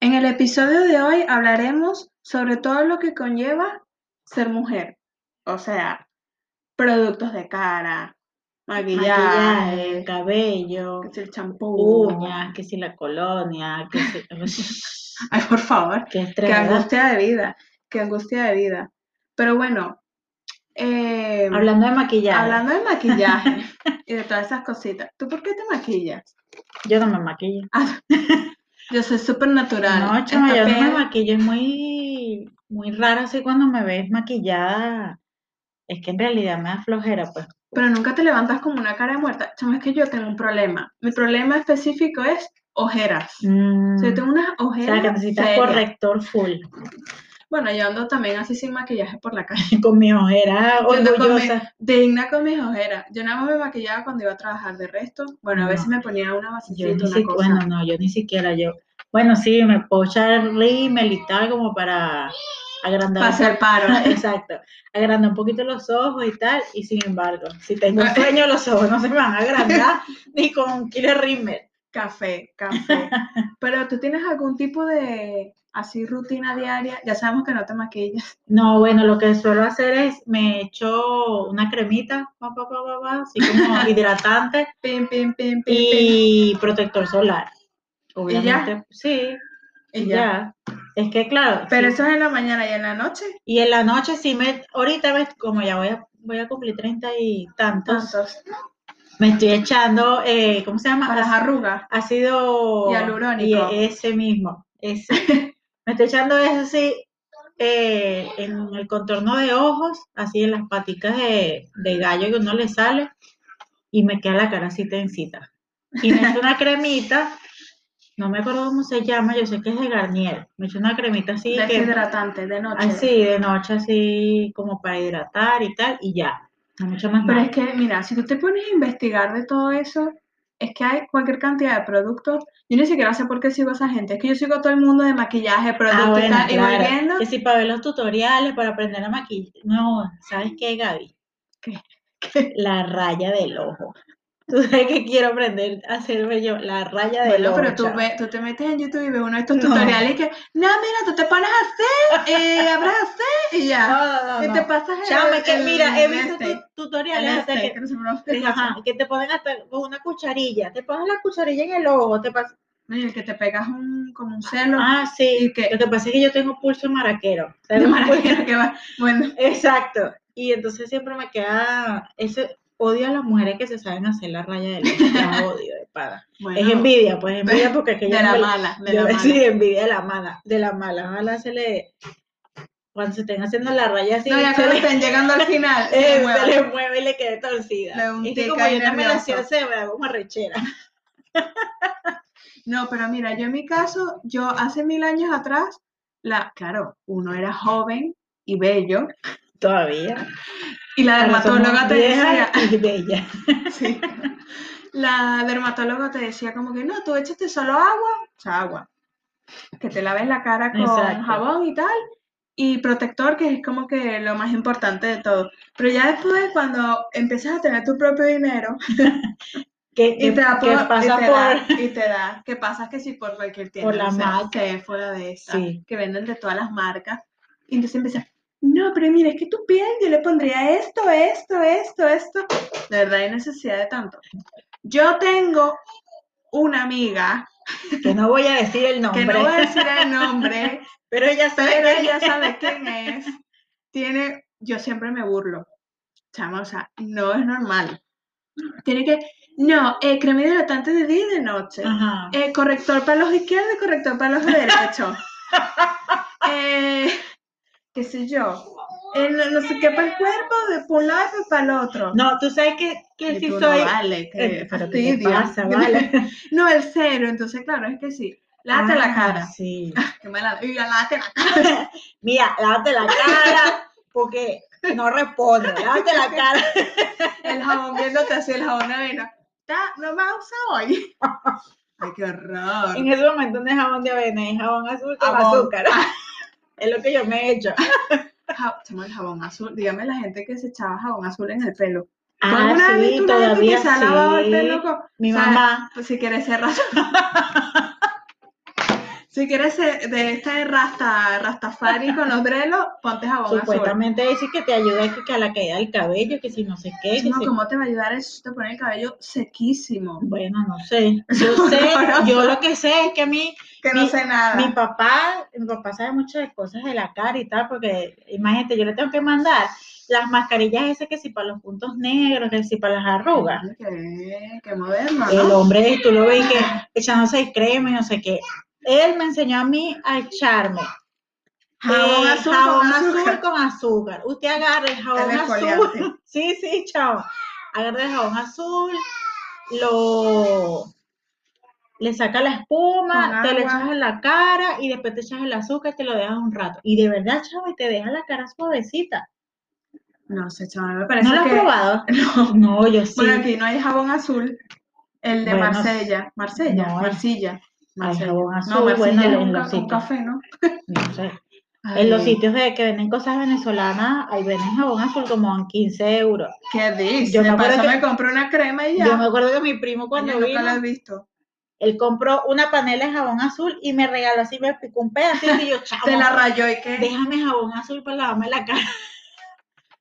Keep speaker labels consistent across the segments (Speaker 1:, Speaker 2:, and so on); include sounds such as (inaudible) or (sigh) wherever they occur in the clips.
Speaker 1: En el episodio de hoy hablaremos sobre todo lo que conlleva ser mujer, o sea, productos de cara, maquillaje,
Speaker 2: maquillaje, cabello,
Speaker 1: que si el champú,
Speaker 2: uñas, que si la colonia, que si... (laughs)
Speaker 1: Ay, por favor,
Speaker 2: Qué
Speaker 1: qué
Speaker 2: estrés, ¿verdad?
Speaker 1: angustia de vida, qué angustia de vida. Pero bueno, eh,
Speaker 2: Hablando de maquillaje,
Speaker 1: hablando de maquillaje y de todas esas cositas, ¿tú por qué te maquillas?
Speaker 2: yo no me maquillo.
Speaker 1: Yo soy súper natural.
Speaker 2: No, chama, yo no me maquillo, es muy, muy raro así cuando me ves maquillada. Es que en realidad me da flojera, pues.
Speaker 1: Pero nunca te levantas como una cara de muerta. Chama, es que yo tengo un problema. Mi problema específico es ojeras. O sea, yo tengo unas
Speaker 2: Mm, o sea,
Speaker 1: ojeras.
Speaker 2: que necesitas
Speaker 1: serias.
Speaker 2: corrector full. (laughs)
Speaker 1: Bueno, yo ando también así sin maquillaje por la
Speaker 2: (laughs)
Speaker 1: calle.
Speaker 2: Con mis ojeras
Speaker 1: Yo ando con mi-
Speaker 2: orgullosas.
Speaker 1: digna con mis ojeras. Yo nada más me maquillaba cuando iba a trabajar de resto. Bueno, a
Speaker 2: No.
Speaker 1: veces me ponía una
Speaker 2: Yo ni
Speaker 1: basecita, una
Speaker 2: siquiera,
Speaker 1: cosa.
Speaker 2: bueno, no, yo ni siquiera, yo, bueno, sí, me puedo echar rímel y tal como para agrandar,
Speaker 1: para hacer
Speaker 2: (laughs)
Speaker 1: paro.
Speaker 2: exacto, agrandar un poquito los ojos y tal, y sin embargo, si tengo
Speaker 1: Ah.
Speaker 2: sueño, los ojos no se me van
Speaker 1: (laughs)
Speaker 2: a agrandar ni con un kilo de rímel.
Speaker 1: Café,
Speaker 2: (laughs)
Speaker 1: café. Pero tú tienes algún tipo de así rutina diaria. Ya sabemos que no te maquillas.
Speaker 2: No, bueno, lo que suelo hacer es, me echo una cremita, pa, pa, pa, pa, pa, así
Speaker 1: (laughs)
Speaker 2: como hidratante
Speaker 1: Pim, pim, pim, pim, pim.
Speaker 2: y protector solar,
Speaker 1: ya?
Speaker 2: obviamente, sí,
Speaker 1: Y ya.
Speaker 2: ya, es que claro,
Speaker 1: Pero
Speaker 2: sí.
Speaker 1: eso es en la mañana y en la noche.
Speaker 2: Y en la noche sí me, ahorita ves, como ya voy a, voy a cumplir treinta y tantos,
Speaker 1: Entonces,
Speaker 2: me estoy echando, eh, ¿cómo se llama?
Speaker 1: Ah. para las arrugas.
Speaker 2: Ácido
Speaker 1: Hialurónico.
Speaker 2: y ese mismo, ese. (laughs) me estoy echando eso sí, eh, en el contorno de ojos, así en las paticas de, de gallo que uno le sale, y me queda la cara así tensita. Y me
Speaker 1: (laughs)
Speaker 2: echo una cremita, no me acuerdo cómo se llama, yo sé que es de Garnier, me echo una cremita así que
Speaker 1: deshidratante de noche.
Speaker 2: Así, de noche, así como para hidratar y tal, y ya. No mucho más
Speaker 1: Pero
Speaker 2: nada.
Speaker 1: es que, mira, si tú te pones a investigar de todo eso, es que hay cualquier cantidad de productos. Yo ni siquiera sé por qué sigo a esa gente. Es que yo sigo a todo el mundo de maquillaje,
Speaker 2: Ah,
Speaker 1: productos y
Speaker 2: bueno,
Speaker 1: tal, y voy
Speaker 2: claro.
Speaker 1: viendo
Speaker 2: Que si para ver los tutoriales, para aprender a maquillar. No, ¿sabes qué, Gaby?
Speaker 1: ¿Qué?
Speaker 2: La raya del ojo. (laughs) ¿Tú sabes que quiero aprender a hacerme yo? La raya del
Speaker 1: Bueno,
Speaker 2: ojo.
Speaker 1: pero tú,
Speaker 2: chama.
Speaker 1: ve- tú te metes en YouTube y ves uno de estos
Speaker 2: No.
Speaker 1: tutoriales y que, no, mira, tú te pones a hacer, eh, abras a hacer y ya.
Speaker 2: No, no,
Speaker 1: Y
Speaker 2: no.
Speaker 1: te
Speaker 2: no.
Speaker 1: pasas el-
Speaker 2: Chama, es que
Speaker 1: el-
Speaker 2: mira, he
Speaker 1: el
Speaker 2: visto
Speaker 1: este,
Speaker 2: tu-
Speaker 1: el
Speaker 2: tutoriales hasta
Speaker 1: este,
Speaker 2: que
Speaker 1: que no se me olvida.
Speaker 2: ajá, que te ponen hasta con una cucharilla. Te pones la cucharilla en el ojo, te pasas.
Speaker 1: No, y el que te pegas un, como un celo
Speaker 2: Ah, sí.
Speaker 1: ¿Y qué?
Speaker 2: Lo que pasa es que yo tengo pulso maraquero.
Speaker 1: de
Speaker 2: Tengo
Speaker 1: maravilla que va. Bueno,
Speaker 2: Exacto. Y entonces siempre me queda ese odio a las mujeres que se saben hacer la raya del ojo. Las
Speaker 1: (laughs)
Speaker 2: odio de pana.
Speaker 1: bueno.
Speaker 2: Es envidia, pues envidia porque es que
Speaker 1: De
Speaker 2: yo
Speaker 1: la
Speaker 2: no-
Speaker 1: mala, de
Speaker 2: yo-
Speaker 1: la mala.
Speaker 2: (laughs) Sí, envidia de la mala, de la mala. Ojalá se le cuando se estén haciendo la raya así
Speaker 1: no, ya
Speaker 2: se,
Speaker 1: cuando
Speaker 2: le,
Speaker 1: estén llegando al final. se
Speaker 2: (laughs) eh,
Speaker 1: muevan.
Speaker 2: se le mueve y le quede torcida.
Speaker 1: Le da un
Speaker 2: es que
Speaker 1: tic
Speaker 2: como
Speaker 1: ahí
Speaker 2: yo no me la sé
Speaker 1: nervioso.
Speaker 2: hacer, me hago como
Speaker 1: (laughs)
Speaker 2: rechera.
Speaker 1: No, pero mira, yo en mi caso, yo hace mil años atrás, la, claro, uno era joven y bello,
Speaker 2: Todavía.
Speaker 1: y la
Speaker 2: Ahora somos
Speaker 1: dermatóloga te decía,
Speaker 2: viejas y bella.
Speaker 1: sí, la dermatóloga te decía como que no, tú échate solo agua, o sea, agua, que te laves la cara con
Speaker 2: Exacto.
Speaker 1: jabón y tal, y protector, que es como que lo más importante de todo. Pero ya después, cuando empiezas a tener tu propio dinero,
Speaker 2: Que,
Speaker 1: Y
Speaker 2: que-
Speaker 1: te da
Speaker 2: que
Speaker 1: por, y
Speaker 2: pasa
Speaker 1: te
Speaker 2: por
Speaker 1: da-
Speaker 2: (laughs)
Speaker 1: y te da, que pasa que si por cualquier tienda,
Speaker 2: Por la
Speaker 1: no sé,
Speaker 2: marca.
Speaker 1: Sephora de esta,
Speaker 2: Sí.
Speaker 1: que venden de todas las marcas, y entonces empiezas, no, pero mira, es que tu piel, yo le pondría esto, esto, esto, esto, de verdad hay necesidad de tanto. Yo tengo una amiga,
Speaker 2: que no voy a decir el nombre.
Speaker 1: que no voy a decir el
Speaker 2: (laughs)
Speaker 1: nombre,
Speaker 2: Pero ella sabe
Speaker 1: pero
Speaker 2: que-
Speaker 1: ella sabe quién es, tiene, yo siempre me burlo, chama, o sea, no es normal. Tiene que, no, eh, crema hidratante de día y de noche.
Speaker 2: Ajá.
Speaker 1: Eh, corrector para los izquierdos y corrector para los
Speaker 2: (laughs)
Speaker 1: derechos. Eh, ¿Qué sé yo? Eh, no, no sé qué para el cuerpo, de por un lado y para el otro.
Speaker 2: No, tú sabes que, que
Speaker 1: Y
Speaker 2: sí
Speaker 1: tú,
Speaker 2: soy.
Speaker 1: no vale, qué
Speaker 2: Eh, pero ¿qué te
Speaker 1: fastidio.
Speaker 2: (laughs) pasa, vale?
Speaker 1: No, el cero, entonces claro, es que sí. Lávate
Speaker 2: Ah,
Speaker 1: la cara. (laughs)
Speaker 2: Sí.
Speaker 1: Qué mala. Y la lávate la cara.
Speaker 2: Mira, lávate la cara porque no responde. Lávate la (laughs) cara.
Speaker 1: El jabón viéndote así, el jabón avena. Ta, No me usa
Speaker 2: (laughs)
Speaker 1: hoy. Ay, qué horror.
Speaker 2: En ese momento no es jabón de avena, es jabón Ah. azul con
Speaker 1: Jabón.
Speaker 2: azúcar. (laughs) Es lo que yo me he hecho.
Speaker 1: Ja- Chamo, el jabón azul. Dígame la gente que se echaba jabón azul en el pelo. ¿Tú
Speaker 2: Ah,
Speaker 1: alguna vez
Speaker 2: sí,
Speaker 1: viste una gente
Speaker 2: todavía
Speaker 1: que se ha lavado el pelo
Speaker 2: sí.
Speaker 1: con-
Speaker 2: Mi
Speaker 1: o sea,
Speaker 2: mamá.
Speaker 1: Pues si quieres cerrar. (laughs) Si quieres ser de esta rasta, rastafari con los drelos, ponte jabón azul.
Speaker 2: Supuestamente dice que te ayuda que, que a la caída del cabello, que si no sé qué. que
Speaker 1: No,
Speaker 2: si-
Speaker 1: ¿cómo te va a ayudar eso? Te pone el cabello sequísimo.
Speaker 2: Bueno, no (laughs) sé. Yo sé, yo lo que sé es que a mí,
Speaker 1: Que no
Speaker 2: Mi-
Speaker 1: sé nada.
Speaker 2: mi papá, mi papá sabe muchas cosas de la cara y tal, porque imagínate, yo le tengo que mandar las mascarillas esas que si para los puntos negros, que si para las arrugas.
Speaker 1: Qué, qué moderno,
Speaker 2: El
Speaker 1: ¿no?
Speaker 2: hombre, tú lo ves que echándose crema y no sé qué. Él me enseñó a mí a echarme
Speaker 1: Jabón
Speaker 2: eh,
Speaker 1: azul
Speaker 2: jabón
Speaker 1: con (laughs)
Speaker 2: azul
Speaker 1: azúcar.
Speaker 2: con azúcar. Usted agarra el jabón
Speaker 1: El
Speaker 2: azul.
Speaker 1: exfoliante.
Speaker 2: Sí, sí, chao. Agarra el jabón azul, lo le saca la espuma,
Speaker 1: Con
Speaker 2: te lo
Speaker 1: agua.
Speaker 2: echas en la cara y después te echas el azúcar y te lo dejas un rato. Y de verdad, chavo, y te deja la cara suavecita.
Speaker 1: No sé, chaval, me parece
Speaker 2: ¿No lo has
Speaker 1: que... (laughs)
Speaker 2: probado? No, yo sí.
Speaker 1: Bueno, aquí no hay jabón azul. El de
Speaker 2: Bueno,
Speaker 1: Marsella. Marsella,
Speaker 2: no hay.
Speaker 1: Marsilla.
Speaker 2: Hay
Speaker 1: Marsella.
Speaker 2: jabón azul,
Speaker 1: No,
Speaker 2: bueno,
Speaker 1: Marsella
Speaker 2: en
Speaker 1: es
Speaker 2: los
Speaker 1: un, ca- un
Speaker 2: sitios.
Speaker 1: café, ¿no?
Speaker 2: No sé. En los
Speaker 1: Ay,
Speaker 2: sitios de que venden cosas venezolanas, ahí venden jabón azul como en 15 euros.
Speaker 1: ¿Qué dices?
Speaker 2: Yo me
Speaker 1: Para
Speaker 2: acuerdo
Speaker 1: eso
Speaker 2: que-
Speaker 1: me compré una crema y ya.
Speaker 2: Yo me acuerdo que mi primo cuando
Speaker 1: Yo nunca
Speaker 2: vino,
Speaker 1: la he visto.
Speaker 2: él compró una panela de jabón azul y me regaló así, me picó un pedacito
Speaker 1: (laughs)
Speaker 2: y yo, chavo,
Speaker 1: Te la rayó y qué.
Speaker 2: déjame jabón azul para lavarme la cara.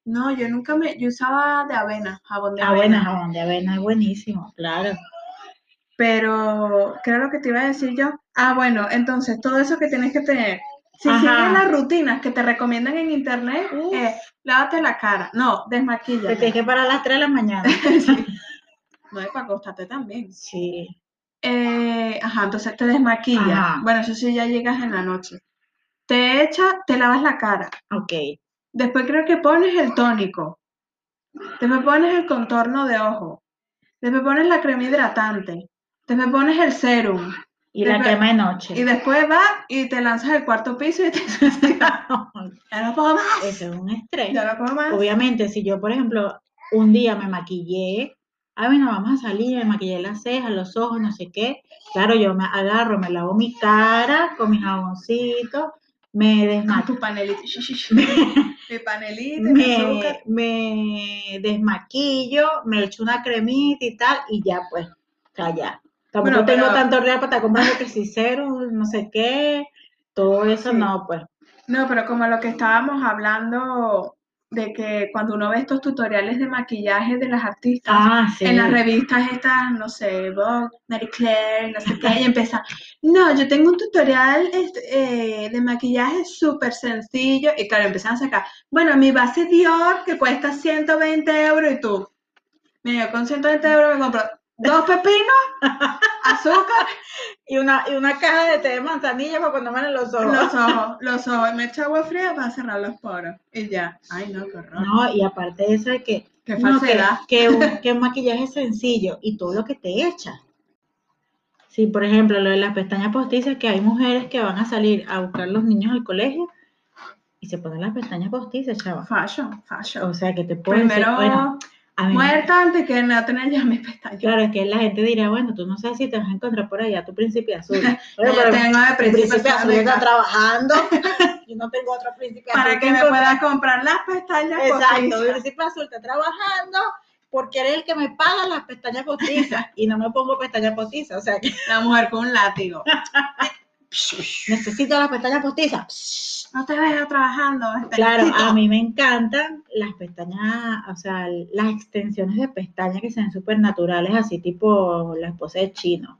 Speaker 1: No, yo nunca me. Yo usaba de avena, jabón de
Speaker 2: Ah,
Speaker 1: avena.
Speaker 2: bueno, jabón de avena es buenísimo, claro.
Speaker 1: Pero, ¿qué era lo que te iba a decir yo? Ah, bueno, entonces todo eso que tienes que tener. Si
Speaker 2: Ajá.
Speaker 1: sigues las rutinas que te recomiendan en internet,
Speaker 2: Uf.
Speaker 1: eh, lávate la cara. No, desmaquilla.
Speaker 2: Te tienes que parar a las 3 de la mañana.
Speaker 1: (laughs) No es para acostarte también.
Speaker 2: Sí.
Speaker 1: Eh, ajá, entonces te desmaquillas.
Speaker 2: Ajá.
Speaker 1: Bueno, eso sí, ya llegas en la noche. Te echas, te lavas la cara.
Speaker 2: Ok.
Speaker 1: Después creo que pones el tónico. Después pones el contorno de ojo. Después pones la crema hidratante. Después pones el serum.
Speaker 2: Y la
Speaker 1: Después-
Speaker 2: crema de
Speaker 1: Y
Speaker 2: noche.
Speaker 1: después vas y te lanzas al cuarto piso y te (laughs) ya no puedo más.
Speaker 2: Eso es un estrés.
Speaker 1: Ya no puedo más.
Speaker 2: Obviamente, si yo, por ejemplo, un día me maquillé, ah, bueno, vamos a salir, me maquillé las cejas, los ojos, no sé qué. Claro, yo me agarro, me lavo mi cara con mis jaboncitos, me
Speaker 1: Con
Speaker 2: desmaquillo.
Speaker 1: Ah, tu panelito. Mi panelito, mi azúcar.
Speaker 2: Me, me desmaquillo, me echo una cremita y tal, y ya pues, calla. Tampoco
Speaker 1: Bueno,
Speaker 2: tengo
Speaker 1: pero-
Speaker 2: tanto real para estar comprando que si cero, no sé qué, todo eso
Speaker 1: Sí.
Speaker 2: no, pues.
Speaker 1: No, pero como lo que estábamos hablando de que cuando uno ve estos tutoriales de maquillaje de las artistas,
Speaker 2: Ah, sí.
Speaker 1: en las revistas estas, no sé, Vogue, Mary Claire, no sé qué, y empieza, no, yo tengo un tutorial este, eh, de maquillaje súper sencillo, y claro, empiezan a sacar, bueno, mi base Dior que cuesta 120 euros, y tú, mira, yo con 120 euros me compro dos pepinos,
Speaker 2: (laughs)
Speaker 1: azúcar,
Speaker 2: Y una, y una caja de té de manzanilla para ponérmela en los ojos.
Speaker 1: los ojos, los ojos, y me echo agua fría para cerrar los poros, y ya, ay no, qué horror,
Speaker 2: No, y aparte de eso de que,
Speaker 1: qué
Speaker 2: no, que,
Speaker 1: falsedad.
Speaker 2: que un, que un maquillaje sencillo y todo lo que te echa. Sí, por ejemplo, lo de las pestañas postizas, que hay mujeres que van a salir a buscar los niños al colegio y se ponen las pestañas postizas, chava.
Speaker 1: Fashion, fashion.
Speaker 2: O sea, que te pueden decir,
Speaker 1: Primero
Speaker 2: bueno, a mí,
Speaker 1: muerta antes que no tener ya mis pestañas.
Speaker 2: claro, es que la gente dirá, bueno, tú no sabes si te vas a encontrar por allá tu príncipe
Speaker 1: (laughs)
Speaker 2: azul. Bueno,
Speaker 1: Yo
Speaker 2: pero
Speaker 1: tengo de
Speaker 2: el
Speaker 1: principio
Speaker 2: príncipe
Speaker 1: hasta
Speaker 2: azul está
Speaker 1: ahorita
Speaker 2: trabajando (laughs) y no tengo otro príncipe azul
Speaker 1: para que me
Speaker 2: encontrar.
Speaker 1: pueda comprar las pestañas
Speaker 2: Exacto, el
Speaker 1: postizas.
Speaker 2: príncipe azul está trabajando porque eres el que me paga las pestañas postizas y no me pongo pestañas postizas, o sea que (laughs)
Speaker 1: La mujer con un látigo.
Speaker 2: necesito las pestañas postizas.
Speaker 1: No te veo trabajando. este, (laughs)
Speaker 2: Claro,
Speaker 1: espectacito.
Speaker 2: a mí me encantan las pestañas, o sea, las extensiones de pestañas que se ven súper naturales, así tipo la esposa de (laughs) chino.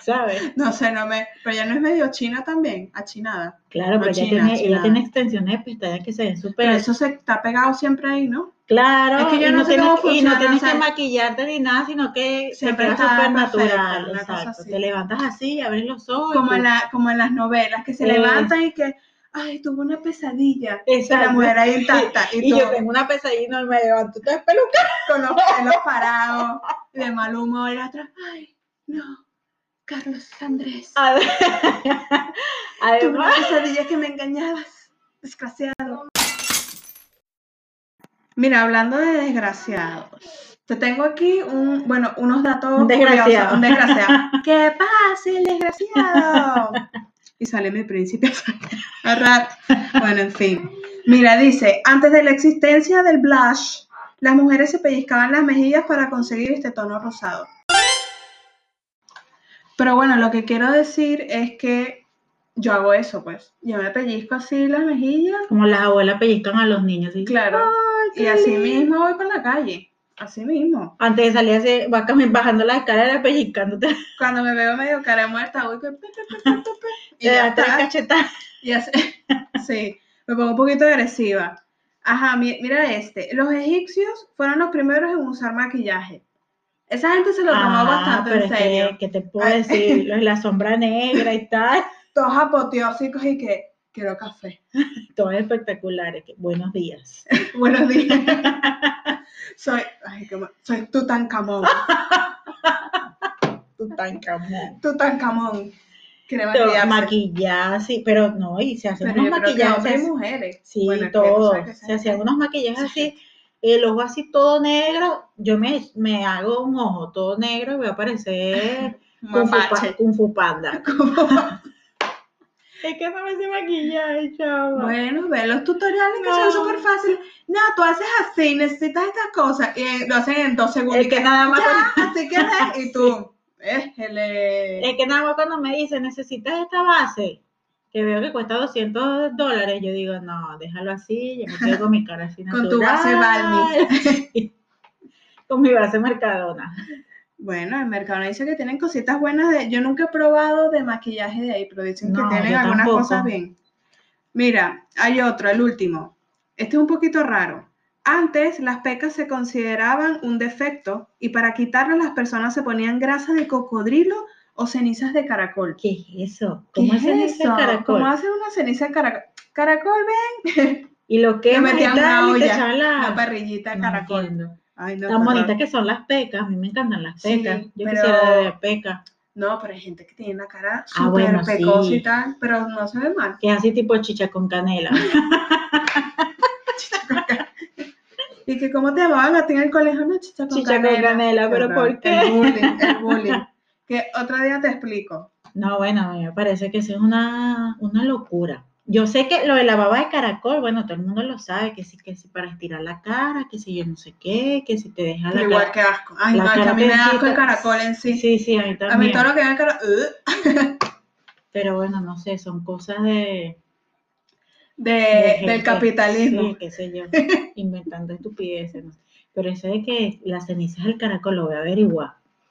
Speaker 2: ¿Sabes?
Speaker 1: No sé, no me. Pero ya no es medio china también, achinada.
Speaker 2: Claro,
Speaker 1: No,
Speaker 2: pero ella,
Speaker 1: china,
Speaker 2: tiene,
Speaker 1: china.
Speaker 2: ella tiene extensiones de pestañas que se ven
Speaker 1: Pero
Speaker 2: súper
Speaker 1: eso se está pegado siempre ahí, ¿no?
Speaker 2: claro
Speaker 1: es que yo
Speaker 2: y
Speaker 1: no sé
Speaker 2: tienes,
Speaker 1: cómo
Speaker 2: y no
Speaker 1: funciona,
Speaker 2: tienes
Speaker 1: o sea,
Speaker 2: que maquillarte ni nada, sino que se
Speaker 1: siempre
Speaker 2: queda
Speaker 1: está
Speaker 2: súper
Speaker 1: perfecta,
Speaker 2: natural.
Speaker 1: una cosa
Speaker 2: Exacto.
Speaker 1: así.
Speaker 2: Te levantas así, abres los ojos.
Speaker 1: Como
Speaker 2: y-
Speaker 1: en, la, como en las novelas que se
Speaker 2: Eh.
Speaker 1: levantan y que. Ay, tuve una pesadilla. Y
Speaker 2: Exacto.
Speaker 1: la mujer ahí intacta. Y,
Speaker 2: Y
Speaker 1: tú
Speaker 2: yo tengo una pesadilla y me levanto. ¿Tú eres peluca?
Speaker 1: con los pelos parados, de mal humor. Y la otra, ay, no. Carlos Andrés.
Speaker 2: (laughs) Ad-
Speaker 1: Tuve una
Speaker 2: Además,
Speaker 1: pesadilla que me engañabas, desgraciado. Mira, hablando de desgraciados, te tengo aquí un, bueno, unos datos
Speaker 2: Un desgraciado.
Speaker 1: curiosos, un
Speaker 2: (laughs)
Speaker 1: desgraciado. ¡Qué pase el desgraciado! Y sale mi príncipe a rap. Bueno, en fin. Mira, dice, antes de la existencia del blush, las mujeres se pellizcaban las mejillas para conseguir este tono rosado. Pero bueno, lo que quiero decir es que yo hago eso, pues. Yo me pellizco así las mejillas.
Speaker 2: Como las abuelas pellizcan a los niños. así,
Speaker 1: Claro.
Speaker 2: "Ay, qué
Speaker 1: Y así
Speaker 2: lindo".
Speaker 1: mismo voy por la calle. Así mismo.
Speaker 2: Antes de salir así, vas cami- bajando la escalera pellizcándote.
Speaker 1: Cuando me veo medio cara muerta, voy con... Y
Speaker 2: Eh, te
Speaker 1: ya
Speaker 2: das tres
Speaker 1: está.
Speaker 2: cachetadas.
Speaker 1: Y así- (laughs) sí, me pongo un poquito agresiva. Ajá, mi- mira este. Los egipcios fueron los primeros en usar maquillaje. Esa gente se lo tomó
Speaker 2: Ah,
Speaker 1: bastante
Speaker 2: pero
Speaker 1: en
Speaker 2: es que-
Speaker 1: serio.
Speaker 2: Que, te puedo
Speaker 1: Ay. (laughs)
Speaker 2: decir, Lo de la sombra negra y tal.
Speaker 1: Todos apoteósicos y que quiero café. (laughs)
Speaker 2: Todo es espectacular. es que, buenos días.
Speaker 1: Buenos días. (laughs) soy, ay, qué mal- soy Tutankamón.
Speaker 2: Tutankamón.
Speaker 1: Tutankamón. Quiere
Speaker 2: Pero
Speaker 1: maquillarse.
Speaker 2: maquillar, sí, pero no, y se hacen
Speaker 1: Pero
Speaker 2: unos
Speaker 1: yo creo que hombres y
Speaker 2: maquillajes.
Speaker 1: mujeres.
Speaker 2: Sí,
Speaker 1: Bueno, el que no
Speaker 2: todo.
Speaker 1: sabe que
Speaker 2: Se
Speaker 1: sea-
Speaker 2: hacían unos maquillajes así, el ojo así todo negro. Yo me, me hago un ojo todo negro y voy
Speaker 1: (laughs)
Speaker 2: a parecer Kung Fu, Pa- (laughs)
Speaker 1: Mapache.
Speaker 2: Kung
Speaker 1: (laughs)
Speaker 2: Fu Panda. Es que no me sé maquillar, chavo.
Speaker 1: Bueno, ver los tutoriales que
Speaker 2: No.
Speaker 1: son súper fáciles. No, tú haces así, necesitas estas cosas. Y eh, lo hacen en dos segundos.
Speaker 2: es que nada más. cuando-
Speaker 1: (laughs) Ya, así que haces, Y
Speaker 2: (laughs)
Speaker 1: tú, éjele.
Speaker 2: Es que nada más cuando me dicen, necesitas esta base, que veo que cuesta 200 dólares, yo digo, no, déjalo así, yo me quedo con mi cara así
Speaker 1: (laughs) Con tu base
Speaker 2: natural". (laughs) Sí. Con mi base Mercadona.
Speaker 1: Bueno, el mercado dice que tienen cositas buenas. De... Yo nunca he probado de maquillaje de ahí, pero dicen
Speaker 2: No,
Speaker 1: que tienen
Speaker 2: yo
Speaker 1: algunas
Speaker 2: tampoco.
Speaker 1: cosas bien. Mira, hay otro, el último. Este es un poquito raro. Antes las pecas se consideraban un defecto y para quitarlas las personas se ponían grasa de cocodrilo o cenizas de caracol.
Speaker 2: ¿Qué es eso?
Speaker 1: ¿Qué
Speaker 2: ¿Cómo hacen
Speaker 1: es
Speaker 2: ese
Speaker 1: eso?
Speaker 2: caracol?
Speaker 1: ¿Cómo hacen una ceniza de caracol? Caracol, ve,
Speaker 2: Y lo que
Speaker 1: metían una olla, una
Speaker 2: la...
Speaker 1: parrillita de
Speaker 2: Ah, No
Speaker 1: caracol.
Speaker 2: entiendo.
Speaker 1: Ay, no,
Speaker 2: Tan
Speaker 1: qué horror.
Speaker 2: bonitas que son las pecas, a mí me encantan las
Speaker 1: Sí,
Speaker 2: pecas. yo
Speaker 1: pero-
Speaker 2: quisiera de peca,
Speaker 1: No, pero hay gente que tiene la cara
Speaker 2: Ah,
Speaker 1: súper
Speaker 2: bueno, sí.
Speaker 1: pecosa y tal, pero no se ve mal.
Speaker 2: que es así tipo chicha con canela.
Speaker 1: Y que cómo te llamaban a ti en el colegio, no, chicha con
Speaker 2: Chicha con
Speaker 1: canela.
Speaker 2: canela, pero
Speaker 1: horror.
Speaker 2: ¿por qué?
Speaker 1: El bullying, el bullying. (laughs) Que otro día te explico.
Speaker 2: No, bueno, a mí me parece que eso es una, una locura. Yo sé que lo de la baba de caracol, bueno, todo el mundo lo sabe, que sí, que sí, para estirar la cara, que si yo no sé qué, que si te deja
Speaker 1: Pero
Speaker 2: la
Speaker 1: igual
Speaker 2: cara.
Speaker 1: que asco. Ay, no,
Speaker 2: la
Speaker 1: es que a
Speaker 2: cara
Speaker 1: mí me da asco
Speaker 2: pequita.
Speaker 1: el caracol en sí.
Speaker 2: Sí, sí, a mí
Speaker 1: a mí
Speaker 2: también.
Speaker 1: todo lo que ve el uh, caracol, ugh.
Speaker 2: Pero bueno, no sé, son cosas de...
Speaker 1: de,
Speaker 2: de
Speaker 1: del
Speaker 2: gente,
Speaker 1: capitalismo.
Speaker 2: Sí, qué sé yo, inventando estupideces. no sé. Pero eso de que las cenizas del caracol lo voy a averiguar.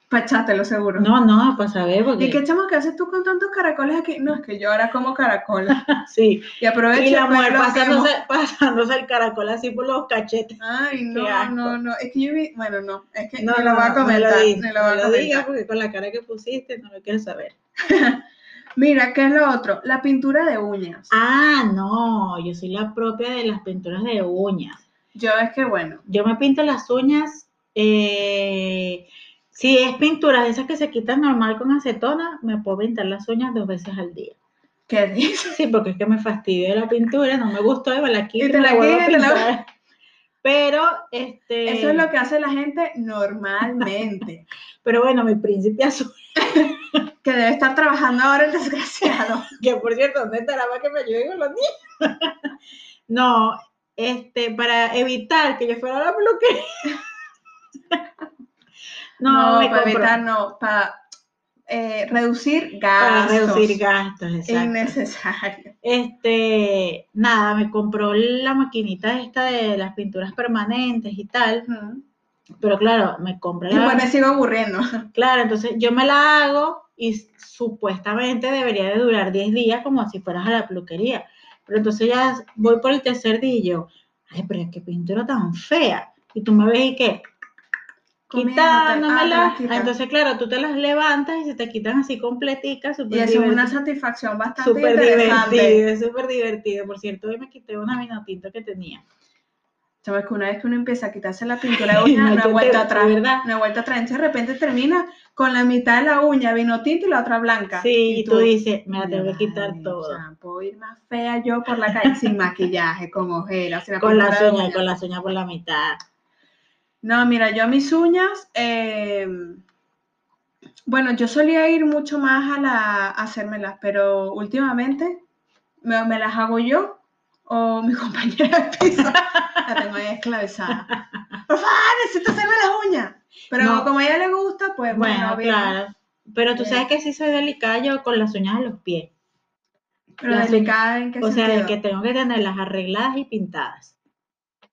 Speaker 1: Pachátelo seguro.
Speaker 2: No, no, para saber, porque...
Speaker 1: ¿Y qué chamo que haces tú con tantos caracoles aquí? No, es que yo ahora como caracoles.
Speaker 2: Sí,
Speaker 1: Y aprovecho
Speaker 2: (laughs) y la
Speaker 1: pues,
Speaker 2: mujer
Speaker 1: lo quemo.
Speaker 2: pasándose, pasándose el caracol así por los cachetes.
Speaker 1: Ay,
Speaker 2: Qué
Speaker 1: no,
Speaker 2: asco.
Speaker 1: no, no. Es que yo vi. Bueno, no. Es que
Speaker 2: No,
Speaker 1: no, lo voy a comentar.
Speaker 2: No lo, digas,
Speaker 1: ni lo voy a
Speaker 2: no lo
Speaker 1: comentar.
Speaker 2: digas porque con la cara que pusiste no lo quiero saber.
Speaker 1: Mira, ¿qué es lo otro? La pintura de uñas.
Speaker 2: Ah, no, yo soy la propia de las pinturas de uñas.
Speaker 1: Yo es que, bueno,
Speaker 2: Yo me pinto las uñas. eh, si es pintura de esas que se quitan normal con acetona, me puedo pintar las uñas dos veces al día.
Speaker 1: ¿qué dices?
Speaker 2: Sí, porque es que me fastidio de la pintura, no me gustó, y me la quito
Speaker 1: Y
Speaker 2: y
Speaker 1: te
Speaker 2: me
Speaker 1: la
Speaker 2: la vuelvo a
Speaker 1: quitas y te la-
Speaker 2: pintar. Pero, este,
Speaker 1: Eso es lo que hace la gente normalmente.
Speaker 2: pero bueno, mi príncipe azul, (laughs)
Speaker 1: que debe estar trabajando ahora el desgraciado.
Speaker 2: que por cierto, ¿dónde estará para que me ayude con los niños? (laughs) No, este, para evitar que yo fuera la peluquería. (laughs) (laughs) No, me
Speaker 1: para
Speaker 2: compro
Speaker 1: evitar, no, para eh, reducir
Speaker 2: para
Speaker 1: gastos.
Speaker 2: reducir gastos, exacto.
Speaker 1: Innecesarios.
Speaker 2: Este, nada, me compró la maquinita esta de las pinturas permanentes y tal,
Speaker 1: Ujú.
Speaker 2: pero claro, me compré la
Speaker 1: Igual pues me sigo
Speaker 2: (laughs)
Speaker 1: aburriendo.
Speaker 2: Claro, entonces yo me la hago y s- supuestamente debería de durar 10 días como si fueras a la peluquería. Pero entonces ya s- voy por el tercer día y yo, ay, pero qué pintura tan fea. Y tú me ves y qué,
Speaker 1: Comiéndote, ah, te
Speaker 2: quitándomela.
Speaker 1: las quitas.
Speaker 2: Entonces, claro, tú te las levantas y se te quitan así completicas,
Speaker 1: Y
Speaker 2: súper
Speaker 1: eso es
Speaker 2: divertido.
Speaker 1: una satisfacción bastante
Speaker 2: Súper
Speaker 1: interesante.
Speaker 2: divertido, es súper divertido. Por cierto, hoy me quité una minutita que tenía.
Speaker 1: Chama, es que una vez que uno empieza a quitarse
Speaker 2: (laughs)
Speaker 1: la pintura de
Speaker 2: Y
Speaker 1: uña,
Speaker 2: no
Speaker 1: no hay
Speaker 2: te-
Speaker 1: vuelta atrás.
Speaker 2: ¿verdad?
Speaker 1: Una vuelta atrás. Entonces de repente termina con la mitad de la uña vino tinto y la otra blanca.
Speaker 2: Sí, y tú dices, me la
Speaker 1: "Mira,
Speaker 2: tengo que quitar
Speaker 1: vale, O
Speaker 2: todo.
Speaker 1: sea, puedo ir más fea yo por la calle sin maquillaje, con ojeras, sin la
Speaker 2: Con las
Speaker 1: pintura de
Speaker 2: uñas,
Speaker 1: uña.
Speaker 2: con las uñas por la mitad.
Speaker 1: No, mira, yo mis uñas, eh, bueno, yo solía ir mucho más a, la, a hacérmelas, pero últimamente me, me las hago yo o (laughs) mi compañera de piso. La tengo ahí esclavizada. Por favor, necesito hacerme las uñas. Pero
Speaker 2: No.
Speaker 1: como a ella le gusta, pues bueno,
Speaker 2: Bueno,
Speaker 1: bien.
Speaker 2: claro. Pero tú sabes que sí soy delicada yo con las uñas de los pies.
Speaker 1: Pero
Speaker 2: las
Speaker 1: delicada en qué
Speaker 2: O sea, de
Speaker 1: sentido?
Speaker 2: que tengo que tenerlas arregladas y pintadas.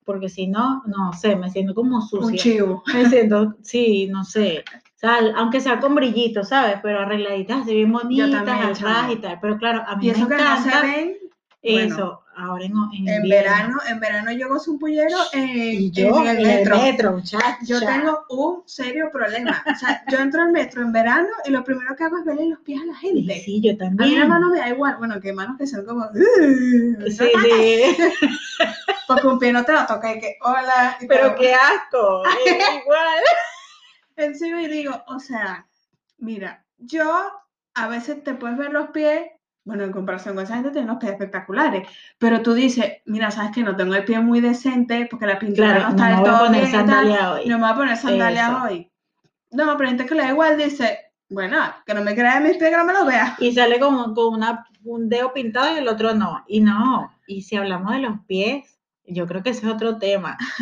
Speaker 2: Porque si no, no sé, me siento como
Speaker 1: un
Speaker 2: sucia.
Speaker 1: chivo.
Speaker 2: Me siento, sí, no sé. O sea, aunque sea con brillitos, ¿sabes? Pero arregladitas, así bien bonitas,
Speaker 1: también,
Speaker 2: arregladas
Speaker 1: chama.
Speaker 2: y tal. Pero claro, a mí
Speaker 1: Y
Speaker 2: me
Speaker 1: eso que no se
Speaker 2: encanta
Speaker 1: ven, bueno,
Speaker 2: eso. ahora en, en
Speaker 1: en
Speaker 2: invierno.
Speaker 1: verano, en verano yo gozo un pullero en,
Speaker 2: Y yo
Speaker 1: en el metro.
Speaker 2: muchacha.
Speaker 1: Yo tengo un serio problema. O sea, yo entro al metro en verano y lo primero que hago es verle los pies a la
Speaker 2: Y
Speaker 1: gente.
Speaker 2: Sí, yo
Speaker 1: A mí
Speaker 2: también.
Speaker 1: la mano me da igual. Bueno, que hay manos que son como.
Speaker 2: Sí, sí.
Speaker 1: Porque Pues un pie no te lo toca y que hola. y
Speaker 2: (laughs) Pero
Speaker 1: todo.
Speaker 2: qué asco. es igual.
Speaker 1: Encima y digo, o sea, mira, yo a veces te puedes ver los pies. Bueno, en comparación con esa gente tienen los pies espectaculares. Pero tú dices, mira, sabes que no tengo el pie muy decente porque la pintura
Speaker 2: Claro,
Speaker 1: no
Speaker 2: no
Speaker 1: está
Speaker 2: me
Speaker 1: del
Speaker 2: voy a
Speaker 1: todo
Speaker 2: poner
Speaker 1: bien. y tal".
Speaker 2: sandalia hoy.
Speaker 1: No me voy a poner sandalias
Speaker 2: Eso.
Speaker 1: hoy. No, pero hay gente que le da igual, dice, bueno, que no me creas en mis pies, que no me los veas.
Speaker 2: Y sale como con una, un dedo pintado y el otro no. Y no, y si hablamos de los pies, yo creo que ese es otro tema. (laughs)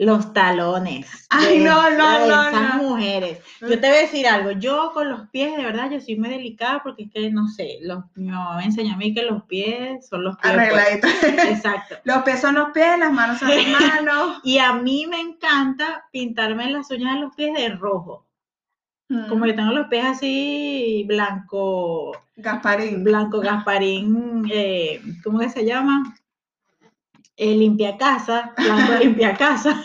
Speaker 2: Los talones.
Speaker 1: Ay,
Speaker 2: de-
Speaker 1: no, no,
Speaker 2: de
Speaker 1: no,
Speaker 2: Esas
Speaker 1: no. Mm.
Speaker 2: mujeres. Yo te voy a decir algo. Yo con los pies, de verdad, yo soy muy delicada porque es que, no sé, los, mi mamá me enseñó a mí que los pies son los pies. pues.
Speaker 1: Arregladito. (laughs)
Speaker 2: Exacto.
Speaker 1: Los pies son los pies, las manos son las
Speaker 2: (laughs)
Speaker 1: manos.
Speaker 2: Y a mí me encanta pintarme las uñas de los pies de rojo. Como
Speaker 1: Mm.
Speaker 2: yo tengo los pies así blanco,
Speaker 1: Gasparín.
Speaker 2: Blanco Gasparín, eh, ¿cómo que se llama? Eh, limpia casa,
Speaker 1: (laughs)
Speaker 2: Blanco limpia casa.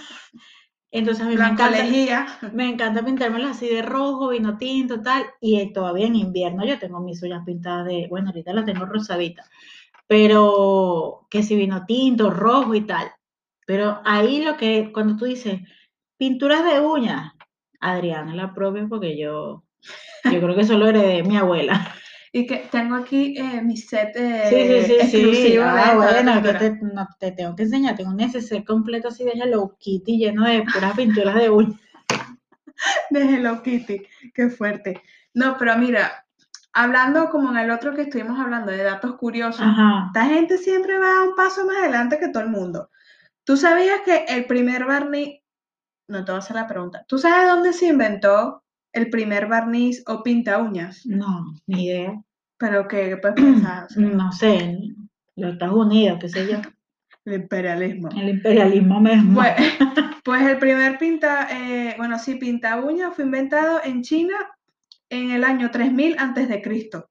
Speaker 2: Entonces a mí
Speaker 1: Blanco
Speaker 2: me encanta,
Speaker 1: lejía.
Speaker 2: me encanta pintármelo así de rojo, vino tinto, tal. Y eh, todavía en invierno yo tengo mis uñas pintadas de, bueno, ahorita las tengo rosaditas, pero que si vino tinto, rojo y tal. Pero ahí lo que, cuando tú dices, pinturas de uñas, Adriana la propia porque yo, yo creo que eso lo heredé de mi abuela.
Speaker 1: Y que tengo aquí eh, mi set eh,
Speaker 2: Sí, sí, sí, sí.
Speaker 1: exclusivo
Speaker 2: Ah,
Speaker 1: de toda
Speaker 2: bueno, yo
Speaker 1: pintura.
Speaker 2: te, no, te tengo que enseñar. Tengo un neceser completo así de Hello Kitty lleno de puras pinturas
Speaker 1: (laughs)
Speaker 2: de uñas.
Speaker 1: de Hello Kitty. Qué fuerte. No, pero mira, hablando como en el otro que estuvimos hablando de datos curiosos,
Speaker 2: Ajá.
Speaker 1: esta gente siempre va un paso más adelante que todo el mundo. ¿Tú sabías que el primer barniz, no te voy a hacer la pregunta, ¿tú sabes dónde se inventó el primer barniz o pinta uñas?
Speaker 2: No, ni idea.
Speaker 1: Pero que puedes (clears throat) pensar, o sea,
Speaker 2: No sé. en Los Estados Unidos, qué sé yo.
Speaker 1: el imperialismo.
Speaker 2: El imperialismo mismo.
Speaker 1: Pues, (laughs) pues el primer pinta, eh, bueno, sí, pinta uña fue inventado en China en el año 3000 antes de Cristo.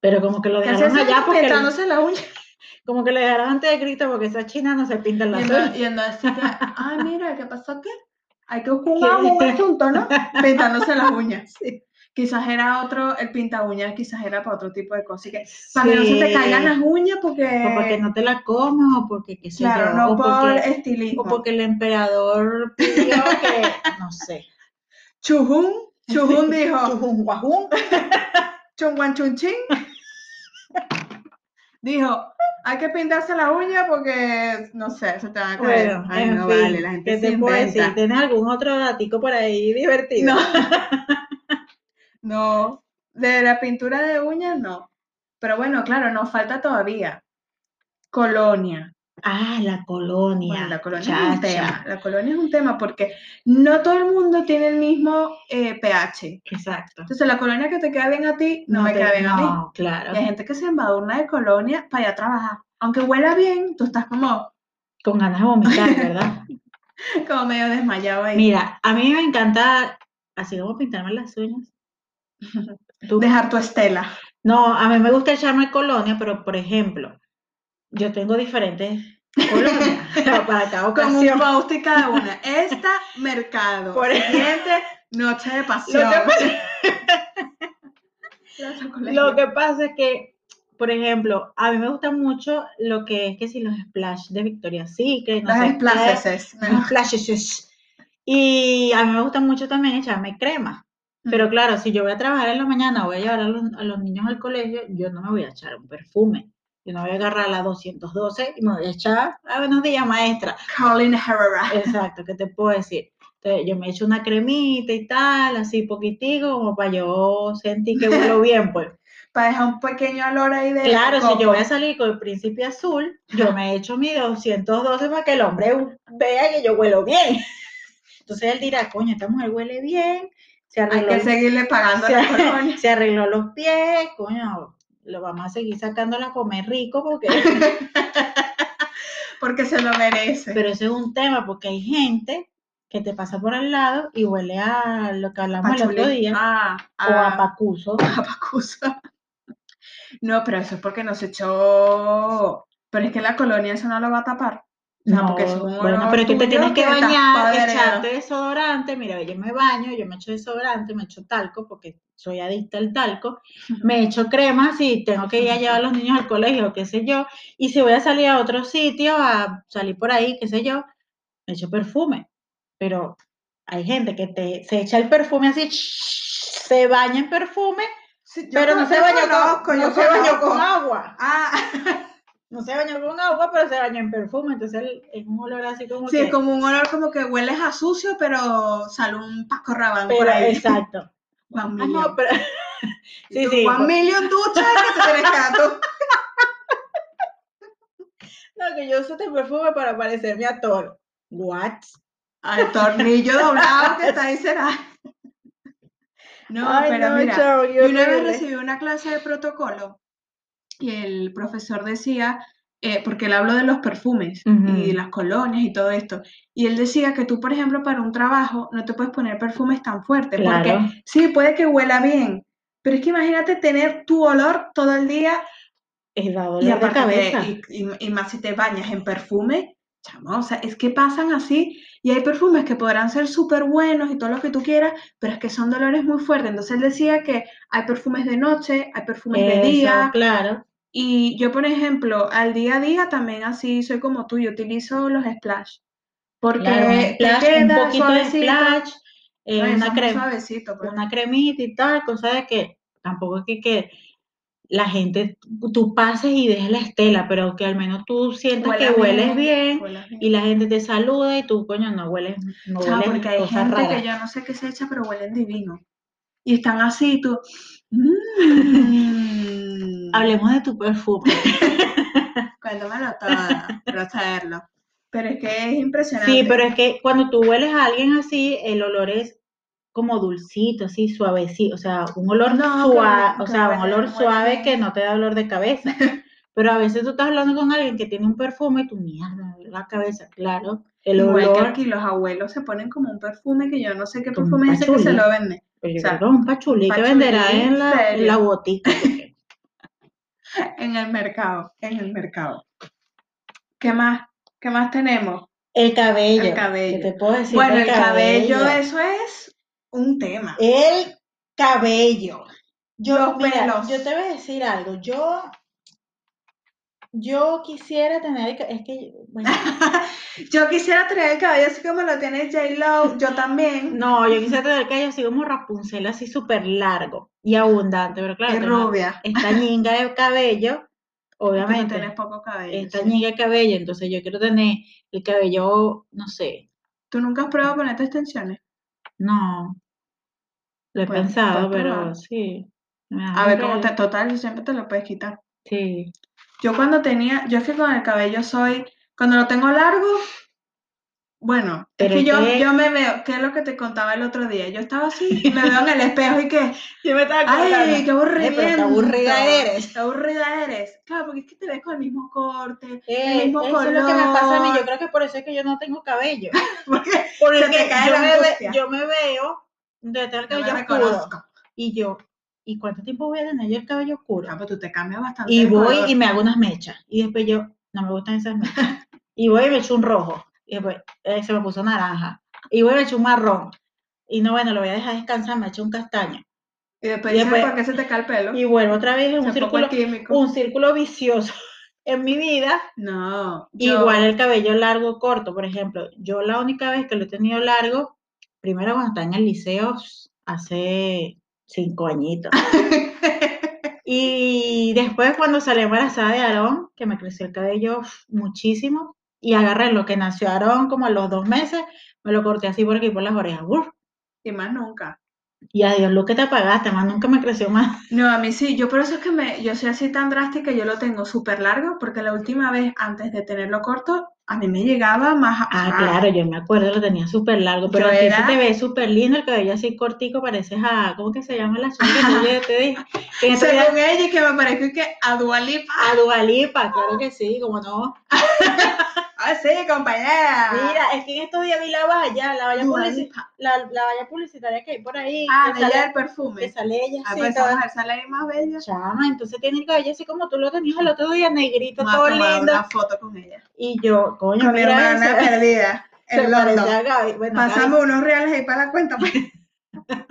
Speaker 2: Pero como que lo
Speaker 1: Que hacía
Speaker 2: dejaron allá
Speaker 1: eso
Speaker 2: porque.
Speaker 1: pintándose la uña.
Speaker 2: Como que lo dejaron antes de Cristo porque esas chinas no se pintan
Speaker 1: Y
Speaker 2: las
Speaker 1: entonces,
Speaker 2: uñas.
Speaker 1: y entonces sí que, ay, mira, ¿qué pasó aquí? Hay que buscar un, un asunto,
Speaker 2: (laughs)
Speaker 1: ¿no? Pintándose las uñas.
Speaker 2: Sí.
Speaker 1: Quizás era otro, el pinta uñas, quizás era para otro tipo de cosas. Así que, para que no se te caigan las uñas porque,
Speaker 2: O porque no te la comas, o porque qué sé
Speaker 1: claro,
Speaker 2: yo,
Speaker 1: no
Speaker 2: o
Speaker 1: por
Speaker 2: porque,
Speaker 1: estilismo.
Speaker 2: o porque el emperador pidió que.
Speaker 1: (laughs)
Speaker 2: No sé.
Speaker 1: Chujun,
Speaker 2: (laughs)
Speaker 1: Chujun dijo,
Speaker 2: Chujun, (laughs) guajun. (laughs)
Speaker 1: Chunguanchunchín dijo, hay que pintarse la uña porque, no sé, se te van a caer.
Speaker 2: Bueno,
Speaker 1: Ay,
Speaker 2: en
Speaker 1: no
Speaker 2: fin,
Speaker 1: vale, la gente
Speaker 2: ¿qué
Speaker 1: se
Speaker 2: te puedo
Speaker 1: inventa.
Speaker 2: decir? ¿Tienes algún otro datico por ahí divertido?
Speaker 1: No. (laughs) No, de la pintura de uñas no. Pero bueno, claro, nos falta todavía. Colonia.
Speaker 2: Ah, la
Speaker 1: Bueno,
Speaker 2: colonia.
Speaker 1: la colonia es un
Speaker 2: chacha.
Speaker 1: tema. La colonia es un tema porque no todo el mundo tiene el mismo eh, pH.
Speaker 2: Exacto.
Speaker 1: Entonces, la colonia que te queda bien a ti, no, me
Speaker 2: te-
Speaker 1: queda bien a mí.
Speaker 2: no, claro.
Speaker 1: Y hay gente que se embadurna de colonia para ir a trabajar. Aunque huela bien, tú estás como,
Speaker 2: Con ganas de
Speaker 1: (laughs)
Speaker 2: vomitar, ¿verdad?
Speaker 1: como medio desmayado ahí.
Speaker 2: Mira, a mí me encanta, así como pintarme las uñas.
Speaker 1: (laughs)
Speaker 2: Tú-
Speaker 1: Dejar tu estela.
Speaker 2: No, a mí me gusta echarme colonia, pero por ejemplo, yo tengo diferentes
Speaker 1: (laughs)
Speaker 2: colonias para cada
Speaker 1: Con un
Speaker 2: ocasión.
Speaker 1: pausti cada (laughs) una. Esta, mercado.
Speaker 2: Por-
Speaker 1: Siguiente, noche de pasión. La chocolate.
Speaker 2: Lo que pasa es que, por ejemplo, a mí me gusta mucho lo que es que si los splash de Victoria's Secret, no
Speaker 1: Las
Speaker 2: sé
Speaker 1: esplaces
Speaker 2: qué,
Speaker 1: es, me
Speaker 2: los splashes. Y a mí me gusta mucho también echarme crema. Pero claro, si yo voy a trabajar en la mañana, voy a llevar a los, a los niños al colegio, yo no me voy a echar un perfume. Yo no voy a agarrar la 212 y me voy a echar, ah, buenos días, maestra.
Speaker 1: Colin Herrera.
Speaker 2: Exacto, ¿qué te puedo decir? Entonces, yo me echo una cremita y tal, así poquitico, como para yo sentir que huelo bien, pues.
Speaker 1: Para dejar un pequeño olor ahí de.
Speaker 2: Claro, si yo
Speaker 1: coco.
Speaker 2: voy a salir con el príncipe azul, yo me echo mi 212 para que el hombre vea que yo huelo bien. Entonces él dirá, coño, esta mujer huele bien, se
Speaker 1: Hay
Speaker 2: arregló,
Speaker 1: que seguirle pagando
Speaker 2: se,
Speaker 1: la
Speaker 2: (laughs)
Speaker 1: colonia.
Speaker 2: se arregló los pies, coño, lo vamos a seguir sacándola a comer rico porque...
Speaker 1: Porque se lo merece.
Speaker 2: Pero ese es un tema porque hay gente que te pasa por al lado y huele a lo que hablamos el otro
Speaker 1: Pachulí.
Speaker 2: día,
Speaker 1: Ah,
Speaker 2: o a
Speaker 1: ah.
Speaker 2: pacuso.
Speaker 1: Papacusa. (laughs) No, pero eso es porque no se echó. Pero es que la colonia eso no lo va a tapar. No, porque es un
Speaker 2: bueno,
Speaker 1: olor
Speaker 2: pero es que te
Speaker 1: tuyo
Speaker 2: tienes que
Speaker 1: que está
Speaker 2: bañar,
Speaker 1: padreado.
Speaker 2: echarte desodorante. Mira, yo me baño, yo me echo desodorante, me echo talco porque soy adicta al talco. Me echo crema si tengo que ir a llevar a los niños al colegio, qué sé yo. Y si voy a salir a otro sitio, a salir por ahí, qué sé yo, me echo perfume. Pero hay gente que te, se echa el perfume así, (sniffs) se baña en perfume,
Speaker 1: Sí, yo
Speaker 2: pero no
Speaker 1: con-
Speaker 2: se
Speaker 1: yo
Speaker 2: bañó
Speaker 1: conozco,
Speaker 2: con, no
Speaker 1: yo
Speaker 2: se bañó
Speaker 1: conozco.
Speaker 2: con agua.
Speaker 1: Ah,
Speaker 2: No se bañó con agua, pero se bañó en perfume. Entonces el- es un olor así
Speaker 1: (laughs)
Speaker 2: como
Speaker 1: sí,
Speaker 2: que...
Speaker 1: es como un olor como que hueles a sucio, pero sale un pasco rabán por
Speaker 2: Pero,
Speaker 1: ahí.
Speaker 2: exacto.
Speaker 1: One
Speaker 2: (laughs) Ah,
Speaker 1: million. (laughs)
Speaker 2: no, pero...
Speaker 1: Y
Speaker 2: Sí, (laughs)
Speaker 1: tú,
Speaker 2: sí.
Speaker 1: One
Speaker 2: pues,
Speaker 1: million duchas que te tienes que dar tú.
Speaker 2: No, que yo uso este perfume para parecerme a Thor. What?
Speaker 1: Al tornillo doblado que está ahí será.
Speaker 2: (laughs)
Speaker 1: No,
Speaker 2: Ay,
Speaker 1: pero
Speaker 2: no,
Speaker 1: mira.
Speaker 2: chao,
Speaker 1: Yo una vez
Speaker 2: horrible.
Speaker 1: recibí una clase de protocolo y el profesor decía, eh, porque él habló de los perfumes y
Speaker 2: Ujú.
Speaker 1: las colonias y todo esto, y él decía que tú, por ejemplo, para un trabajo no te puedes poner perfumes tan fuertes,
Speaker 2: Claro.
Speaker 1: porque sí, puede que huela bien, pero es que imagínate tener tu olor todo el día
Speaker 2: Es da dolor
Speaker 1: y,
Speaker 2: de
Speaker 1: aparte te-
Speaker 2: cabeza.
Speaker 1: y, y- y más si te bañas en perfume. Chamo, o sea, es que pasan así y hay perfumes que podrán ser súper buenos y todo lo que tú quieras, pero es que son dolores muy fuertes. Entonces él decía que hay perfumes de noche, hay perfumes de
Speaker 2: Eso,
Speaker 1: día.
Speaker 2: claro.
Speaker 1: Y yo, por ejemplo, al día a día también así soy como tú, yo utilizo los splash. Porque
Speaker 2: claro, un splash,
Speaker 1: te queda
Speaker 2: un poquito de
Speaker 1: suavecito.
Speaker 2: splash, eh,
Speaker 1: No, eso es
Speaker 2: una
Speaker 1: muy
Speaker 2: crema.
Speaker 1: suavecito, pues.
Speaker 2: una cremita y tal, cosa de que tampoco es que, que la gente, tú pases y dejes la estela, pero que al menos tú sientas
Speaker 1: Huelas
Speaker 2: que hueles bien,
Speaker 1: huelas bien.
Speaker 2: y la gente te saluda y tú, coño, no hueles, no
Speaker 1: Chao,
Speaker 2: hueles
Speaker 1: porque hay
Speaker 2: cosas
Speaker 1: gente
Speaker 2: raras.
Speaker 1: que yo no sé qué se echa, pero huelen divino. Y están así, y
Speaker 2: (laughs)
Speaker 1: tú. mm,
Speaker 2: Hablemos de
Speaker 1: (laughs)
Speaker 2: tu perfume.
Speaker 1: Cuéntamelo todo, para saberlo. Pero es que es impresionante.
Speaker 2: sí, pero es que cuando tú hueles a alguien así, el olor es como dulcito, así suavecito, o sea, un
Speaker 1: No,
Speaker 2: olor
Speaker 1: que
Speaker 2: suave,
Speaker 1: huele-
Speaker 2: o
Speaker 1: que
Speaker 2: sea, un
Speaker 1: huele-
Speaker 2: olor
Speaker 1: huele
Speaker 2: suave
Speaker 1: bien.
Speaker 2: que no te da dolor de
Speaker 1: (laughs)
Speaker 2: cabeza. Pero a veces tú estás hablando con alguien que tiene un perfume y tú mierda, la cabeza, claro, el
Speaker 1: Igual
Speaker 2: olor
Speaker 1: que aquí los abuelos se ponen como un perfume que yo no sé qué
Speaker 2: Como un
Speaker 1: perfume es ese que se
Speaker 2: pachuli.
Speaker 1: lo venden.
Speaker 2: Pero yo
Speaker 1: O sea,
Speaker 2: creo que es un pachulí que
Speaker 1: pachulí,
Speaker 2: venderá en la, en
Speaker 1: serio.
Speaker 2: la botica. porque
Speaker 1: En el mercado, en el mercado. ¿Qué más? ¿Qué más tenemos?
Speaker 2: El cabello.
Speaker 1: El cabello.
Speaker 2: ¿Qué te puedo decir?
Speaker 1: bueno,
Speaker 2: del
Speaker 1: el cabello, eso es un tema.
Speaker 2: Eh. El cabello. Yo,
Speaker 1: Los
Speaker 2: mira,
Speaker 1: pelos.
Speaker 2: yo te voy a decir algo. Yo, yo quisiera tener. el ca- Es que. bueno,
Speaker 1: Yo quisiera tener el cabello así como lo tiene J-Lo, yo también.
Speaker 2: (laughs) no, yo quisiera tener el cabello así como Rapunzel, así súper largo y abundante. Pero claro,
Speaker 1: Es
Speaker 2: tengo
Speaker 1: rubia.
Speaker 2: esta ñinga de (laughs) cabello,
Speaker 1: Obviamente.
Speaker 2: obviamente.
Speaker 1: Tienes poco cabello.
Speaker 2: Esta
Speaker 1: sí.
Speaker 2: ñinga de cabello. Entonces yo quiero tener el cabello, no sé,
Speaker 1: ¿Tú nunca has probado ponerte extensiones?
Speaker 2: No, lo he
Speaker 1: Puedes-
Speaker 2: pensado,
Speaker 1: puedes
Speaker 2: pero
Speaker 1: probar.
Speaker 2: sí. me da
Speaker 1: A ver cómo
Speaker 2: mucha-
Speaker 1: te. Total, yo siempre te lo puedes quitar.
Speaker 2: Sí.
Speaker 1: Yo cuando tenía. Yo es que con el cabello soy. Cuando lo tengo largo. Bueno, es
Speaker 2: Pero
Speaker 1: que yo,
Speaker 2: que-
Speaker 1: yo me veo, que es lo que te contaba el otro día. Yo estaba así y me veo en el espejo y
Speaker 2: (laughs)
Speaker 1: que,
Speaker 2: Yo me estaba
Speaker 1: ay, qué
Speaker 2: Eh, pero qué
Speaker 1: aburrimiento.
Speaker 2: aburrida eres.
Speaker 1: Qué aburrida eres. Claro, porque es que te ves con el mismo corte, el
Speaker 2: Eh,
Speaker 1: mismo
Speaker 2: eso es lo que me pasa a mí. Yo
Speaker 1: color.
Speaker 2: creo que por eso es que yo no tengo cabello.
Speaker 1: (laughs) Porque
Speaker 2: (laughs) Porque
Speaker 1: Se te cae
Speaker 2: yo,
Speaker 1: la
Speaker 2: me ve-
Speaker 1: angustia.
Speaker 2: yo me veo de tener el
Speaker 1: yo
Speaker 2: cabello
Speaker 1: me
Speaker 2: oscuro.
Speaker 1: reconozco.
Speaker 2: Y yo, ¿y cuánto tiempo voy a tener yo el cabello oscuro?
Speaker 1: Ah, pues tú te cambias bastante.
Speaker 2: Y
Speaker 1: de
Speaker 2: voy
Speaker 1: color.
Speaker 2: y me hago unas mechas. Y después yo, no me gustan esas mechas. Y voy y me echo un rojo. Y después eh, se me puso naranja. Y voy y me echo un marrón. Y no, bueno, lo voy a dejar descansar, me echo un castaño.
Speaker 1: Y después
Speaker 2: y
Speaker 1: dices,
Speaker 2: después-
Speaker 1: ¿por qué se te cae el pelo?
Speaker 2: Y vuelvo otra vez en un
Speaker 1: Se poco el
Speaker 2: círculo,
Speaker 1: químico.
Speaker 2: un círculo vicioso (laughs) en mi vida.
Speaker 1: No.
Speaker 2: Igual el cabello largo, corto, por ejemplo. Yo la única vez que lo he tenido largo, primero cuando estaba en el liceo, hace cinco añitos. Y después cuando salí embarazada de Aarón, que me creció el cabello uf, muchísimo, y agarré lo que nació Aarón como a los dos meses, me lo corté así por aquí por las orejas. uf,
Speaker 1: Y más nunca.
Speaker 2: y adiós, lo que te apagaste, más nunca me creció más.
Speaker 1: No, a mí sí. Yo por eso es que me, yo soy así tan drástica. Yo lo tengo súper largo porque la última vez antes de tenerlo corto, A mí me llegaba más.
Speaker 2: Ah, claro, yo me acuerdo, lo tenía súper largo, pero
Speaker 1: Yo
Speaker 2: a ti
Speaker 1: era-
Speaker 2: se te ve súper lindo el cabello así cortico, pareces a, ¿cómo que se llama la chica
Speaker 1: Ajá.
Speaker 2: que yo te
Speaker 1: (laughs)
Speaker 2: dije? Que en estos días-
Speaker 1: Según ella, que me parezco que a Dua Lipa.
Speaker 2: a Dualipa, claro que sí, como no.
Speaker 1: Ah, sí, compañera.
Speaker 2: Mira, es que en estos días vi la valla, la valla,
Speaker 1: Dua
Speaker 2: publici-
Speaker 1: Lipa.
Speaker 2: la, la valla publicitaria que hay por ahí,
Speaker 1: Ah,
Speaker 2: que,
Speaker 1: de ella
Speaker 2: sale,
Speaker 1: el perfume.
Speaker 2: que sale ella
Speaker 1: Ah,
Speaker 2: así,
Speaker 1: pues esa
Speaker 2: toda
Speaker 1: mujer sale ahí más bella.
Speaker 2: chama, entonces tiene el cabello así como tú lo tenías el otro día, negrito,
Speaker 1: Vamos a
Speaker 2: todo
Speaker 1: tomar
Speaker 2: lindo,
Speaker 1: una foto con ella.
Speaker 2: y yo, coño,
Speaker 1: Con mi
Speaker 2: mira,
Speaker 1: hermana
Speaker 2: se-
Speaker 1: perdida.
Speaker 2: (laughs) se
Speaker 1: En
Speaker 2: parece
Speaker 1: London.
Speaker 2: a Gaby, bueno, Gaby
Speaker 1: Pasamos unos reales ahí para la cuenta. pues. (laughs)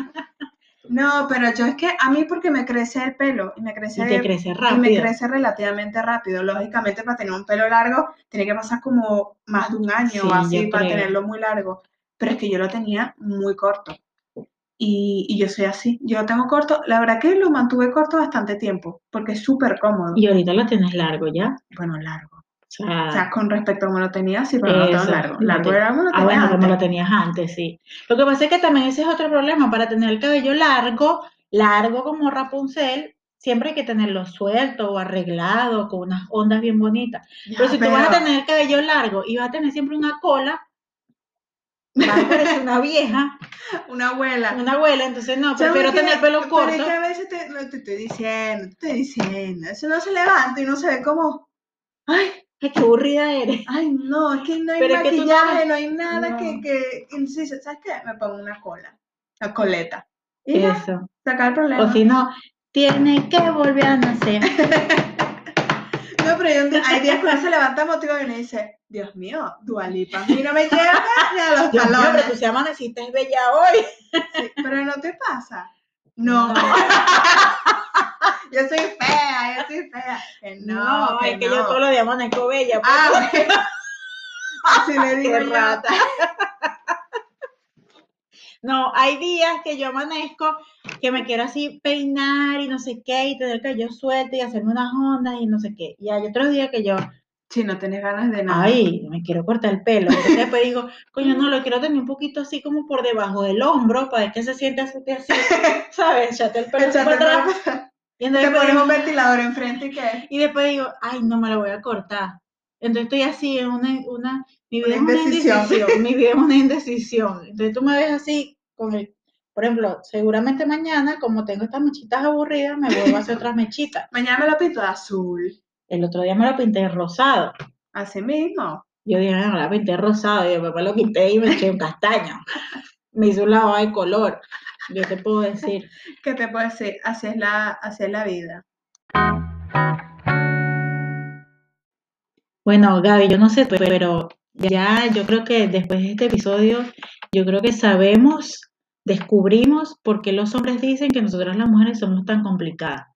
Speaker 1: No, pero yo es que a mí porque me crece el pelo y me crece
Speaker 2: y te crece
Speaker 1: eh, y me
Speaker 2: rápido.
Speaker 1: crece relativamente rápido. Lógicamente, para tener un pelo largo, tiene que pasar como más de un año
Speaker 2: Sí,
Speaker 1: o así
Speaker 2: yo
Speaker 1: para
Speaker 2: creo.
Speaker 1: tenerlo muy largo. Pero es que yo lo tenía muy corto. Y, y yo soy así. Yo lo tengo corto. La verdad que lo mantuve corto bastante tiempo, porque es súper cómodo.
Speaker 2: Y ahorita lo tienes largo ya.
Speaker 1: Bueno, largo.
Speaker 2: O sea,
Speaker 1: O sea, con respecto a cómo lo tenía, sí, pero no lo tengo
Speaker 2: Eso,
Speaker 1: largo.
Speaker 2: lo
Speaker 1: Largo
Speaker 2: que-
Speaker 1: era como lo
Speaker 2: ah,
Speaker 1: tenía
Speaker 2: bueno, como
Speaker 1: antes.
Speaker 2: lo tenías antes, sí. Lo que pasa es que también ese es otro problema. Para tener el cabello largo, largo como Rapunzel, siempre hay que tenerlo suelto o arreglado, con unas ondas bien bonitas. Pero si tú vas a
Speaker 1: Pero-
Speaker 2: tener el cabello largo y vas a tener siempre una cola, vas a parecer una vieja,
Speaker 1: Una abuela.
Speaker 2: una abuela, entonces no,
Speaker 1: Chamo,
Speaker 2: prefiero
Speaker 1: es que-
Speaker 2: tener el pelo
Speaker 1: Pero es
Speaker 2: corto.
Speaker 1: que a veces te, lo- te estoy diciendo, te estoy diciendo. Eso no se levanta y no se ve como. Ay,
Speaker 2: Qué aburrida eres.
Speaker 1: Ay, no, es que no hay
Speaker 2: Pero es que tú
Speaker 1: maquillaje,
Speaker 2: sabes-
Speaker 1: no hay nada que,
Speaker 2: No.
Speaker 1: que... y entonces dices, ¿sabes qué? Me pongo una cola, una coleta. Y ya,
Speaker 2: Eso.
Speaker 1: sacar el problema.
Speaker 2: O si no, tiene que volver a
Speaker 1: (laughs)
Speaker 2: nacer.
Speaker 1: No, pero yo entiendo- hay días que uno se levanta motivado y uno dice, Dios mío, Dualipa, a mí no me llega ni a los
Speaker 2: (laughs) Dios mío,
Speaker 1: talones.
Speaker 2: pero tú se amaneciste bella hoy.
Speaker 1: Sí, pero no te pasa. No, yo soy fea, yo soy fea. Que no,
Speaker 2: No, es que yo
Speaker 1: no.
Speaker 2: todos los días amanezco bella.
Speaker 1: (laughs) Ah,
Speaker 2: pues.
Speaker 1: bueno. Así le digo
Speaker 2: (laughs) Qué
Speaker 1: yo.
Speaker 2: rata. (laughs) No, hay días que yo amanezco que me quiero así peinar y no sé qué, y tener el cabello suelto y hacerme unas ondas y no sé qué. Y hay otros días que yo,
Speaker 1: Si no tenés ganas de nada.
Speaker 2: ay, me quiero cortar el pelo. Entonces después digo, coño, no, lo quiero tener un poquito así como por debajo del hombro para ver que se siente así, que así, (laughs) ¿sabes? Echate el pelo así
Speaker 1: Echate
Speaker 2: para
Speaker 1: para
Speaker 2: atrás.
Speaker 1: atrás.
Speaker 2: Y
Speaker 1: Te
Speaker 2: entonces
Speaker 1: pones
Speaker 2: digo,
Speaker 1: un ventilador enfrente y qué.
Speaker 2: Y después digo, ay, no me lo voy a cortar. Entonces estoy así, es una, una, mi vida
Speaker 1: Una
Speaker 2: es una
Speaker 1: indecisión.
Speaker 2: indecisión. Mi vida es una indecisión. Entonces tú me ves así, con el, por ejemplo, seguramente mañana, como tengo estas mechitas aburridas, me vuelvo a hacer otras mechitas.
Speaker 1: Mañana me lo pinto de azul.
Speaker 2: El otro día me lo pinté de rosado.
Speaker 1: Así mismo.
Speaker 2: Yo dije, no, la pinté de rosado. Y después lo quité y me eché un castaño. Me hice un lavado de color. Yo te puedo decir.
Speaker 1: ¿Qué te puedo decir? Así es la, así es la vida.
Speaker 2: Bueno, Gaby, yo no sé, tú, pero ya yo creo que después de este episodio, yo creo que sabemos, descubrimos por qué los hombres dicen que nosotras las mujeres somos tan complicadas.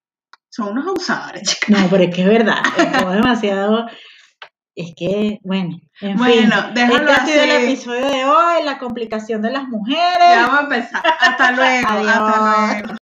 Speaker 1: Son unos abusadores, chicas.
Speaker 2: No, pero es que es verdad,
Speaker 1: (laughs)
Speaker 2: es demasiado, es que, bueno, en fin.
Speaker 1: Bueno, déjalo
Speaker 2: Este ha sido el
Speaker 1: así.
Speaker 2: episodio de hoy, la complicación de las mujeres.
Speaker 1: Ya vamos a empezar. Hasta luego. Hasta
Speaker 2: Adiós.
Speaker 1: luego.